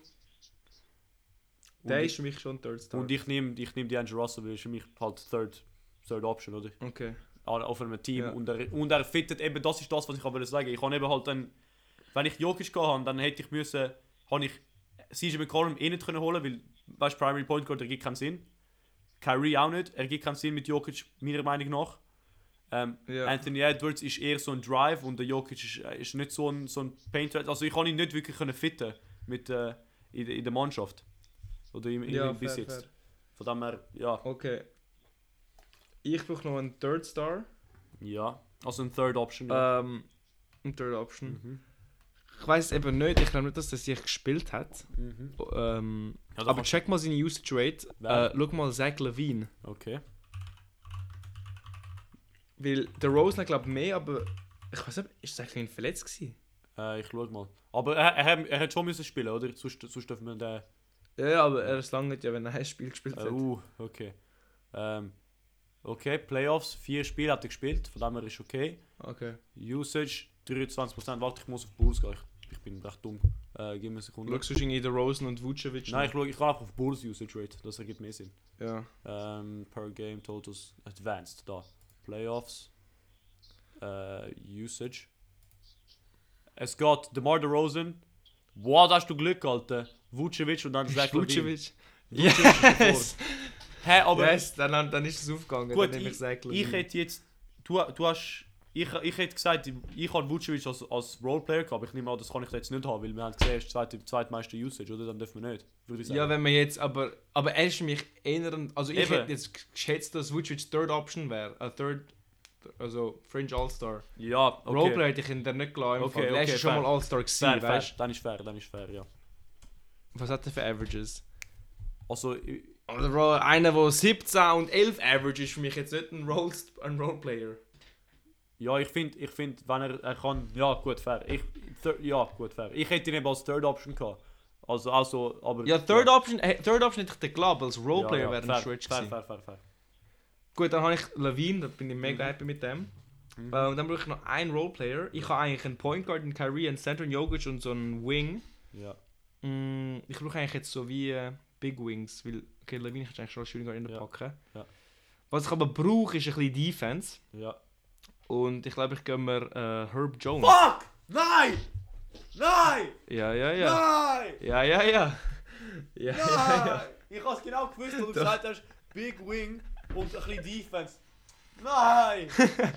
S2: Und
S1: Der
S2: ich-
S1: ist für mich schon Third Star.
S2: und ich nehme ich nehm D'Angelo Russell, weil er ist für mich halt Third, third Option, oder?
S1: okay.
S2: An- Auf einem Team.
S1: Mhm. Ja.
S2: Und, er, und er fittet eben, das ist das, was ich auch wollte sagen. Ich habe eben halt dann, wenn ich Jokic gehabt habe, dann hätte ich müssen, habe ich CJ McCollum eh nicht können holen, weil, weißt du, Primary Point Guard ergibt keinen Sinn. Kyrie auch nicht, ergibt keinen Sinn mit Jokic, meiner Meinung nach. Ähm,
S1: Ja.
S2: Anthony Edwards ist eher so ein Drive und der Jokic ist, äh, ist nicht so ein, so ein Paint Also ich kann ihn nicht wirklich können fitten mit, äh, in, der- in der Mannschaft. Oder im, im,
S1: ja,
S2: im
S1: fair,
S2: Besitz.
S1: fair.
S2: Von dem her, ja.
S1: Okay. Ich brauche noch einen Third Star.
S2: Ja. Also ein Third Option. Ja.
S1: Ähm, eine Third Option.
S2: Mhm.
S1: Ich weiß eben nicht, ich glaube nicht, dass der sich gespielt hat.
S2: Mhm.
S1: Ähm,
S2: Ja, da
S1: aber
S2: kannst-
S1: check mal seine Usage Rate.
S2: Wer?
S1: Äh, schau mal Zach Levine.
S2: okay.
S1: Weil der Rosen glaube mehr, aber ich weiß nicht, ist Zach Levine verletzt gewesen?
S2: Äh, ich schau mal. Aber er, er, er hat schon müssen spielen, oder? Sonst, sonst dürfen wir den.
S1: Ja, aber er ist lange nicht, ja, wenn er ein Spiel gespielt
S2: Äh,
S1: hat.
S2: uh, okay. Ähm, okay, Playoffs, vier Spiele hat er gespielt, von dem her ist okay.
S1: Okay.
S2: Usage 23%. Warte, ich muss auf Bulls gehen. Ich, ich bin recht dumm. Äh, gib mir eine Sekunde.
S1: Schaust du irgendwie den Rosen und Vucevic?
S2: Nein, ich, schau, ich kann einfach auf Bulls Usage Rate, das ergibt mehr Sinn.
S1: Ja.
S2: Ähm, per Game Totals Advanced, da. Playoffs. Äh, Usage. Es geht DeMar DeRozan. Wow, da hast du Glück, Alter. eh, Vucevic und
S1: (laughs)
S2: dann Zach Levine.
S1: Vucevic. (laughs) Yes!
S2: Hä, aber
S1: yes, dann, dann ist es aufgegangen.
S2: gut,
S1: dann nehme
S2: ich,
S1: ich, Zach Levine.
S2: ich hätte jetzt... Du, du hast... Ich, ich hätte gesagt, ich, ich habe Vucevic als, als Roleplayer gehabt. Ich nehme an, das kann ich jetzt nicht haben, weil wir haben gesehen, er ist zweit, zweitmeiste Usage, oder? Dann dürfen wir nicht, würde ich sagen.
S1: Ja, wenn man jetzt, aber, aber er ist für mich eher, ein- also ich
S2: Eben.
S1: hätte jetzt geschätzt, dass Vucic Third Option wäre, a Third, also Fringe All-Star.
S2: ja okay.
S1: Roleplay hätte ich ihn dann nicht gelassen,
S2: Okay,
S1: okay, er
S2: okay,
S1: ist schon
S2: fair.
S1: mal All-Star
S2: Fair,
S1: gewesen,
S2: fair.
S1: weißt
S2: Dann ist fair, dann ist fair, ja.
S1: du? Was hat er für Averages?
S2: Also, ich-
S1: Oder Bro, einer, der 17 und 11 Average ist, für mich jetzt nicht ein, Role, ein Roleplayer.
S2: Ja, ich finde, ich find, wenn er, er kann, ja gut, fair. Ich, thir- ja, gut, fair. Ich hätte ihn eben als Third Option gehabt. Also, also, aber...
S1: Ja, Third Option, äh, Third Option hätte ich den geglaubt, als Roleplayer wäre ein
S2: fair,
S1: Switch
S2: fair,
S1: gewesen.
S2: fair, fair, fair.
S1: Gut, dann habe ich Levine, da bin ich mega
S2: Mhm.
S1: happy mit dem.
S2: Mhm.
S1: Äh, und dann brauche ich noch einen Roleplayer. Ich habe eigentlich einen Point Guard, einen Kyrie, einen Center, einen Jokic und so einen Wing.
S2: Ja.
S1: Mm, ich brauche eigentlich jetzt so wie äh, Big Wings, weil okay, Levine kannst du eigentlich schon schön
S2: Ja.
S1: reinpacken.
S2: Ja.
S1: Was ich aber brauche, ist ein bisschen Defense.
S2: Ja.
S1: Und ich glaube, ich gehe mir äh, Herb Jones.
S2: Fuck! Nein! Nein!
S1: Ja, ja, ja.
S2: Nein!
S1: Ja, ja, ja. Ja, ja, ja.
S2: Ich habe es genau gewusst, als
S1: (laughs)
S2: du
S1: Doch. gesagt
S2: hast, Big Wing und ein bisschen Defense. Nein! Nein!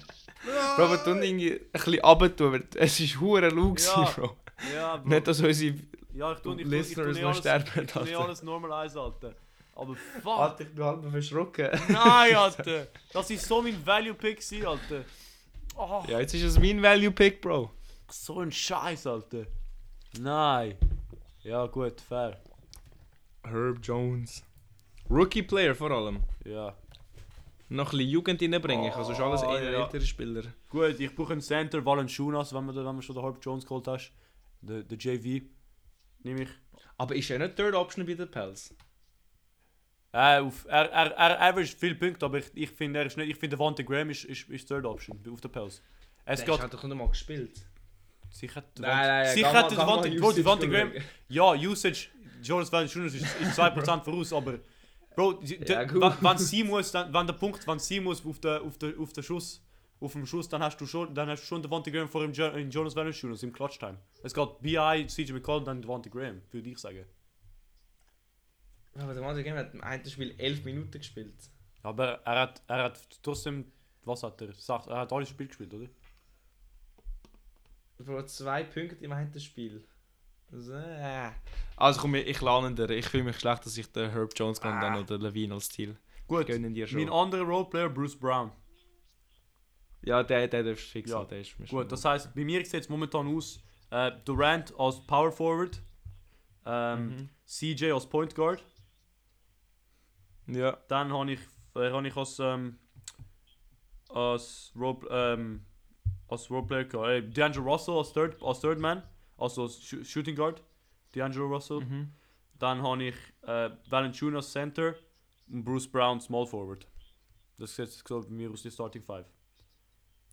S1: (laughs) Robert, tun irgendwie ein bisschen runter, weil es ist hure Lug,
S2: Ja.
S1: Bro.
S2: Ja, Bro.
S1: Nicht, dass unsere
S2: ja, ich tue nicht, ich tue
S1: Listeners
S2: nicht
S1: noch
S2: alles,
S1: sterben.
S2: ich tue nicht
S1: Alter.
S2: alles normalisieren, Alter. Aber fuck!
S1: Alter, ich bin halb verschrocken. (laughs)
S2: Nein, Alter! Das war so mein Value-Pick, gewesen, Alter. Oh,
S1: Ja, jetzt ist es mein Value-Pick, Bro.
S2: So ein Scheiß, Alter. Nein. Ja, gut, fair.
S1: Herb Jones. Rookie-Player vor allem.
S2: Ja.
S1: Noch ein bisschen Jugend reinbringen, also ist alles
S2: Oh,
S1: eher
S2: ja.
S1: ältere Spieler.
S2: Gut, ich brauche einen Center, Valanciunas, wenn man, wenn man schon den Herb Jones geholt hast. Der, der JV. Nehme ich.
S1: Aber ist er nicht nou Third Option bei den Pels?
S2: Äh, auf, er, er, er average viele Punkte, aber ich, ich finde, er ist nicht. Ich finde, Devante Graham ist, ist, ist Third Option auf der Pels. Es geht.
S1: hat doch nicht mal gespielt.
S2: Sicher hat
S1: halt- Nein, nein,
S2: Devante-
S1: nein.
S2: sicher hat der Devante Bro, Devante Graham. Ja, Usage, Jonas Valanciunas ist, ist 2% voraus, aber Bro, die, de,
S3: Ja, gut.
S2: wa- wann sie muss, dann, wann der Punkt, wann sie muss auf der, auf der, auf der Schuss, auf dem Schuss, dann hast du schon, dann hast du schon Devontae Graham vor dem jo in Jonas Valanciunas im Clutch-Time. Es geht BI, CJ McCollum, dann Devontae Graham, würde ich sagen.
S3: Aber der Mann Game hat im einen
S1: dus
S3: Spiel 11 Minuten gespielt.
S2: Aber er hat, er hat trotzdem, was hat er? Sach- Er hat alles Spiel gespielt, oder?
S3: Bro, zwei Punkte im einen Spiel. So. äh.
S1: Also komm, ich lerne dir. Ich fühle mich schlecht, dass ich den Herb Jones kann und dann noch den Levine als Ziel.
S2: Ah. Gut.
S1: Gönnen dir schon.
S2: Mein anderer Roleplayer, Bruce Brown.
S1: ja, der, der darfst du fix
S2: Ja.
S1: haben, der ist mir schon-
S2: Gut, das heißt, bei mir sieht es momentan aus: äh, Durant als Power Forward, ähm,
S1: Mhm.
S2: CJ als Point Guard,
S1: Mhm. Ja.
S2: dann habe ich, äh, hab ich als, ähm, als, Role, ähm, als Roleplayer gehabt, äh, D'Angelo Russell als Third, als Third Man, also als Shoo- Shooting Guard, D'Angelo Russell.
S1: Mhm.
S2: Dann habe ich äh, Valanciunas Center und Bruce Brown Small Forward. Das sieht so bei mir aus die Starting Five.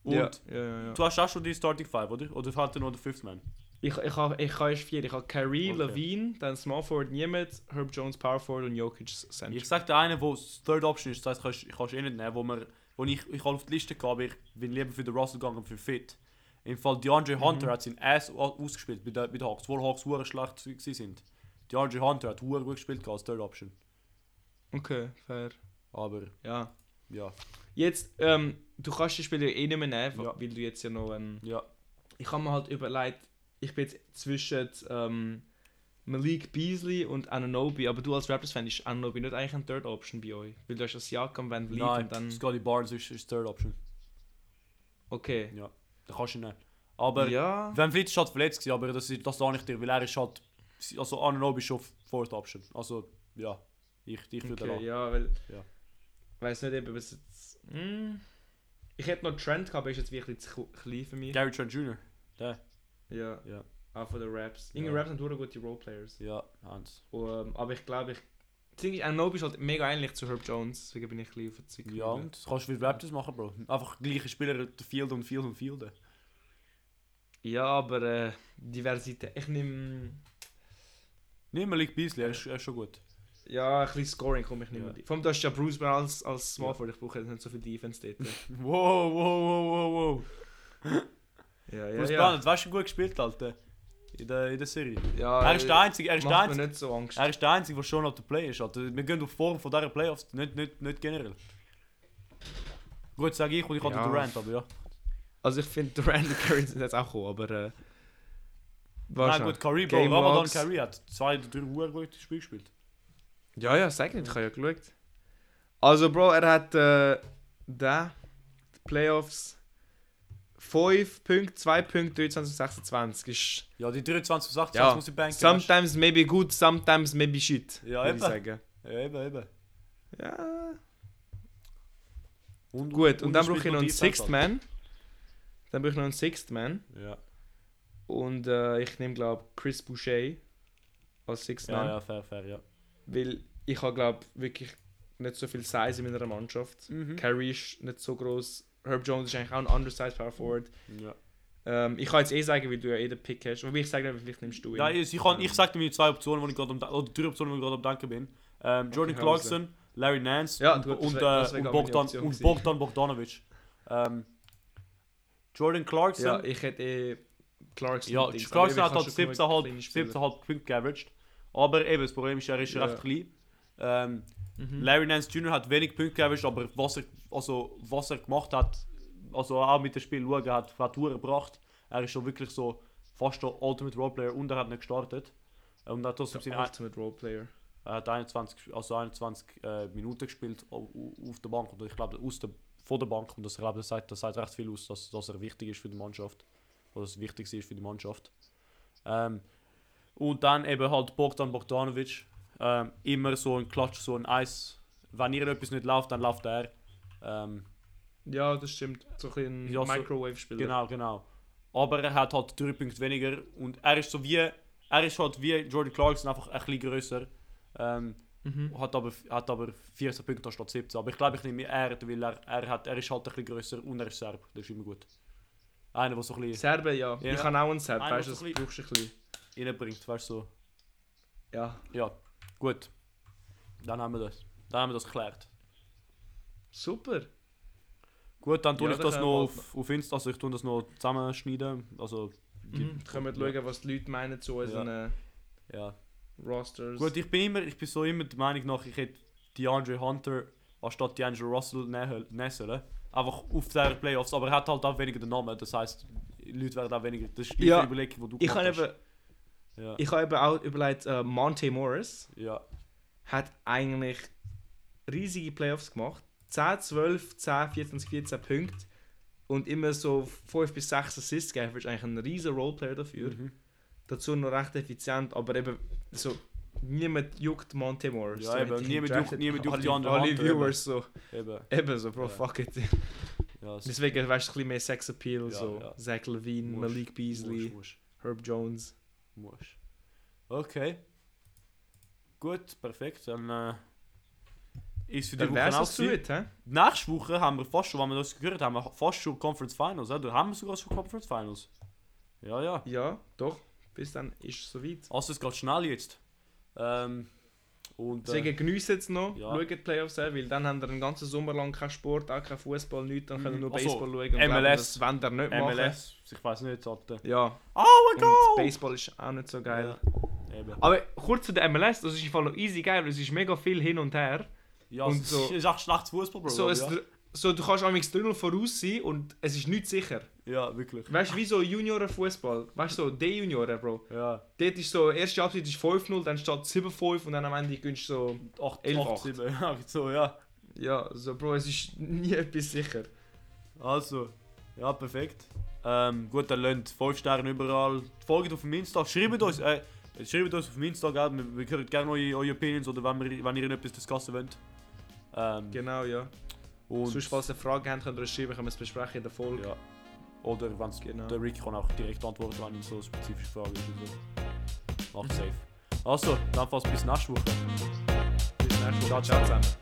S2: Und
S1: ja. Ja, ja, ja.
S2: du hast auch schon die Starting Five, oder? Oder halt nur der Fifth Man?
S1: Ich, ich habe ich hab erst vier. Ich habe Kyrie,
S2: Okay.
S1: Levine, dann Small Forward niemand, Herb Jones Power Forward und Jokic Center.
S2: Ich sag dir einen, der Third Option ist, das heißt, kannst- ich kann es eh nicht nehmen, wo, man, wo ich, ich hab auf die Liste gehabt, aber ich bin lieber für den Russell gegangen für Fit. Im Fall DeAndre
S1: Mhm.
S2: Hunter hat seinen Ass au- ausgespielt bei den bei den Hawks, wo die Hawks hure schlecht gewesen sind. DeAndre Hunter hat hure gut gespielt gehabt als Third Option.
S1: Okay, fair.
S2: Aber
S1: Ja.
S2: ja,
S1: Jetzt, ähm, du kannst die Spieler eh nicht mehr nehmen,
S2: Ja.
S1: weil du jetzt ja noch ähm,
S2: ja.
S1: ich habe mir halt überlegt, ich bin jetzt zwischen ähm, Malik Beasley und Ananobi, aber du als Raptors-Fan ist Ananobi nicht eigentlich eine Third Option bei euch, weil du hast das Siakam, Van Vliet
S2: Nein,
S1: und dann...
S2: Scotty Barnes ist, ist Third Option.
S1: Okay.
S2: Ja, da kannst du ihn nehmen. Aber
S1: ja.
S2: wenn Fritz schon halt verletzt gewesen, aber das, ist- das sage ich dir, weil er ist halt, also Ananobi ist schon Fourth Option. Also ja, ich, ich würde
S1: Okay,
S2: okay,
S1: ja, weil...
S2: Ja.
S1: Ich weiß nicht, ob es jetzt... Hm. Ich hätte noch Trent gehabt, aber ist jetzt wirklich zu klein für mich.
S2: Gary Trent Jr. Der.
S1: Ja.
S2: Ja.
S1: Auch von den Raps. Irgendwie
S2: Ja.
S1: Raps sind verdammt gute Roleplayers.
S2: Ja, Hans.
S1: Ähm, aber ich glaube, ich... Das Ding ist, Ananobi ist halt mega ähnlich zu Herb Jones, deswegen bin ich ein bisschen verzweifelt.
S2: Ja, und das kannst du wie Raptors machen, Bro. Einfach gleiche Spieler, der Field und Field und Field.
S1: Ja, aber äh, Diversität. Ich nehme...
S2: Nimm mal League Beasley, er ist, er ist schon gut.
S1: Ja, ein bisschen Scoring komme ich nicht mehr.
S2: Ja.
S1: Vor allem, du hast ja Bruce Brown als, als Small Forward, ich brauche jetzt nicht so viel Defense
S2: (laughs)
S1: dort.
S2: Wow, (laughs) wow, wow, wow, wow.
S1: ja, ja,
S2: Bruce Brown
S1: ja.
S2: hat weißt du gut gespielt, Alter. In der, in der Serie.
S1: ja
S2: er ist der Einzige, er ist der
S1: macht
S2: Einzige,
S1: mir nicht so Angst.
S2: er ist der Einzige, der schon auf der Play ist, Alter. Wir gehen auf die Form von dieser Playoffs, nicht, nicht, nicht generell. Gut, sage ich, und ich hatte
S1: Ja.
S2: Durant, aber ja.
S1: Also ich (laughs) finde, Durant und Curry sind jetzt auch gekommen, aber... Äh,
S2: Nein,
S1: wahrscheinlich.
S2: gut, Curry, Bro.
S1: Game
S2: Ramadan
S1: Logs.
S2: Curry hat zwei, drei Uhr gute Spiel gespielt.
S1: Ja, ja, sag nicht, ich habe ja geschaut. Also Bro, er hat... Äh, da die Playoffs... 5 Punkte, 2 Punkte, 23 26. Ist
S2: Ja, die 23 zu 18
S1: Ja.
S2: das muss ich banken. weißt
S1: sometimes maybe good, sometimes maybe shit.
S2: Ja,
S1: würde ich
S2: eben.
S1: sagen.
S2: du. Ja, eben, eben.
S1: Ja...
S2: Und-
S1: Gut, und,
S2: und
S1: dann
S2: es
S1: brauche
S2: spielt
S1: ich noch einen
S2: Defense,
S1: Sixth
S2: Alter.
S1: Man. Dann brauche ich noch einen Sixth Man.
S2: Ja.
S1: Und äh, ich nehme, glaube Chris Boucher als Sixth
S2: Ja,
S1: Man.
S2: Nou ja, fair, fair, ja.
S1: Weil ich habe, glaube wirklich nicht so viel Size in meiner Mannschaft.
S2: Mhm.
S1: Carey ist nicht so groß. Herb Jones ist eigentlich auch ein undersized Power Forward.
S2: Ja.
S1: Ähm, ich kann jetzt eh sagen, weil du ja eh den Pick hast. Wobei ich sage, vielleicht nimmst du ihn.
S2: Ja, ich, ich, kann, ich sag dir meine zwei Optionen, wo ich gerade am, Dun- oder drei Optionen, wo ich gerade am Denken bin. Ähm, Jordan
S1: Okay,
S2: Clarkson, Larry Nance
S1: Ja,
S2: und,
S1: gut, das
S2: und,
S1: wär- das
S2: äh,
S1: wär
S2: und,
S1: gar meine
S2: Bogdan,
S1: Option
S2: und
S1: gewesen.
S2: Bogdan Bogdanovic. Ähm, Jordan Clarkson,
S1: ja, ich hätte eh Clarkson.
S2: Ja,
S1: und Dings, aber
S2: Clarkson
S1: eben,
S2: hat halt
S1: kannst du genug kleine
S2: 17,5
S1: Spieler.
S2: 17,5 Punkte geaveraged. Aber eben, das Problem ist, er ist
S1: Ja.
S2: recht klein. Ähm,
S1: Mhm.
S2: Larry Nance Jr. hat wenig Punkte geaveraged, aber was er, also, was er gemacht hat, also auch mit dem Spiel schauen, hat hat Tour gebracht. Er ist schon wirklich so fast der Ultimate Roleplayer und er hat nicht gestartet. Und hat trotzdem
S1: Der
S2: seine ein-
S1: Ultimate Roleplayer.
S2: er hat 21, gesp- also 21 äh, Minuten gespielt au- au- auf der Bank und ich glaube aus der, von der Bank und das, ich glaube, das, sagt, das sagt recht viel aus, dass, dass er wichtig ist für die Mannschaft. Oder das Wichtigste ist für die Mannschaft. Ähm, und dann eben halt Bogdan Bogdanovic. Ähm, immer so ein Klatsch, so ein Eis. Wenn ihr etwas nicht läuft, dann läuft er. Ähm,
S1: Ja, das stimmt. So ein bisschen
S2: Ja, so-
S1: Microwave-Spieler.
S2: Genau, genau. Aber er hat halt drei Punkte weniger und er ist so wie, er ist halt wie Jordan Clarkson einfach ein bisschen größer. Ähm,
S1: Mhm.
S2: hat, aber, hat aber 14 Punkte anstatt 17. Aber ich glaube, ich nehme er, weil er, er, hat, er ist halt ein bisschen größer und er ist Serb. Das ist immer gut. Einer, der so ein bisschen
S1: Serben, ja.
S2: Ja.
S1: Ich kann auch einen Serb,
S2: Einer,
S1: weißt du,
S2: der so
S1: das
S2: ein
S1: brauchst du ein bisschen.
S2: reinbringt, weißt du. So.
S1: Ja.
S2: Ja, gut. Dann haben wir das. Dann haben wir das geklärt.
S1: Super.
S2: Gut, dann tue
S1: Ja,
S2: ich
S1: dann
S2: das
S1: können
S2: noch
S1: wir
S2: auf, auf Insta, also ich tue das noch zusammenschneiden. Also, die-
S1: Mhm. Können wir schauen, was die Leute meinen zu unseren äh,
S2: ja.
S1: Rosters.
S2: Gut, ich bin immer, ich bin so immer der Meinung nach, ich hätte DeAndre Hunter anstatt DeAndre Russell nehmen nehmen sollen. Einfach auf der Playoffs, aber er hat halt auch weniger den Namen, das heisst, die Leute werden auch weniger. Das ist die
S1: Ja,
S2: gleiche Überlegung, die du
S1: ich habe
S2: gemacht
S1: eben,
S2: hast. Ja.
S1: ich habe eben auch überlegt, äh, Monte Morris
S2: ja.
S1: hat eigentlich riesige Playoffs gemacht. 10, 12, 10, 14, 14 Punkte und immer so 5 bis 6 Assists gegeben. ist eigentlich ein riesen Roleplayer dafür.
S2: Mhm.
S1: Dazu noch recht effizient, aber eben so niemand juckt Monte Morris.
S2: Ja,
S1: so,
S2: eben,
S1: hätte ich
S2: niemand
S1: gedraftet.
S2: juckt- niemand juckt
S1: alle,
S2: die anderen
S1: Alle
S2: Hunter,
S1: Viewers so,
S2: Eben.
S1: eben so, bro,
S2: Ja.
S1: fuck it.
S2: Ja, es
S1: Deswegen Also weißt du ein bisschen mehr Sex Appeal,
S2: Ja,
S1: so
S2: ja.
S1: Zach Levine,
S2: Wurscht,
S1: Malik Beasley,
S2: Wurscht, wurscht,
S1: Herb Jones.
S2: wurscht. Okay. Gut, perfekt. Dann äh, ist für die
S1: Dann
S2: Woche
S1: wär's
S2: auch
S1: das zu
S2: gewesen.
S1: heute, hä?
S2: Nächste Woche haben wir fast schon, wenn wir das gehört haben, wir fast schon Conference Finals. Oder? Haben wir sogar schon Conference Finals? Ja, ja.
S1: Ja, doch. Bis dann ist es soweit.
S2: Also es geht schnell jetzt. Ähm, und äh,
S1: Deswegen genießt jetzt noch,
S2: Ja.
S1: schaut die Playoffs an, weil dann habt ihr den ganzen Sommer lang keinen Sport, auch keinen Fußball, nichts, dann könnt ihr
S2: Mhm.
S1: nur
S2: Ach so,
S1: Baseball schauen. Und
S2: MLS.
S1: glauben, das wollt ihr nicht machen.
S2: MLS, ich weiß nicht, Alter.
S1: Ja,
S2: Oh
S1: und
S2: mein Gott!
S1: Baseball ist auch nicht so geil.
S2: Ja, eben.
S1: Aber kurz zu der MLS, das ist im Fall noch easy geil, weil es ist mega viel hin und her.
S2: ja
S1: Und
S2: es
S1: so-
S2: ist echt schlechtes Fußball, Bro.
S1: so,
S2: aber
S1: es,
S2: ja.
S1: so, du kannst amigs 3-0 voraus sein und es ist nicht sicher.
S2: ja, wirklich.
S1: Weißt du, wie so Juniorenfußball, weißt du, so D-Junioren, Bro.
S2: Ja,
S1: Dort ist so, erste Halbzeit ist 5-0, dann steht 7-5 und dann am Ende gönnst du so,
S2: 8,
S1: 11,
S2: 8, 7, (laughs) ja, so, ja.
S1: ja, so, Bro, es ist (laughs) nie etwas sicher.
S2: Also, ja, perfekt. Ähm, gut, dann lernt 5 Sterne überall. Folgt auf dem Insta, schreibt uns, äh, schreibt uns auf dem Insta, gell? Wir, wir hören gerne eure, eure Opinions oder wenn, wir, wenn ihr etwas discussen wollt. Ähm,
S1: Genau, ja.
S2: und,
S1: Sonst, falls ihr Fragen habt, könnt ihr uns schreiben, können wir es besprechen in der Folge.
S2: ja. Oder wenn's,
S1: Genau.
S2: der Rick kann auch direkt antworten, wenn ihm so spezifische Fragen ist. Also, macht safe. Also, dann fast bis nächste Woche.
S1: Bis nächste Woche.
S2: Ciao,
S1: Ciao,
S2: ciao.
S1: ciao zusammen.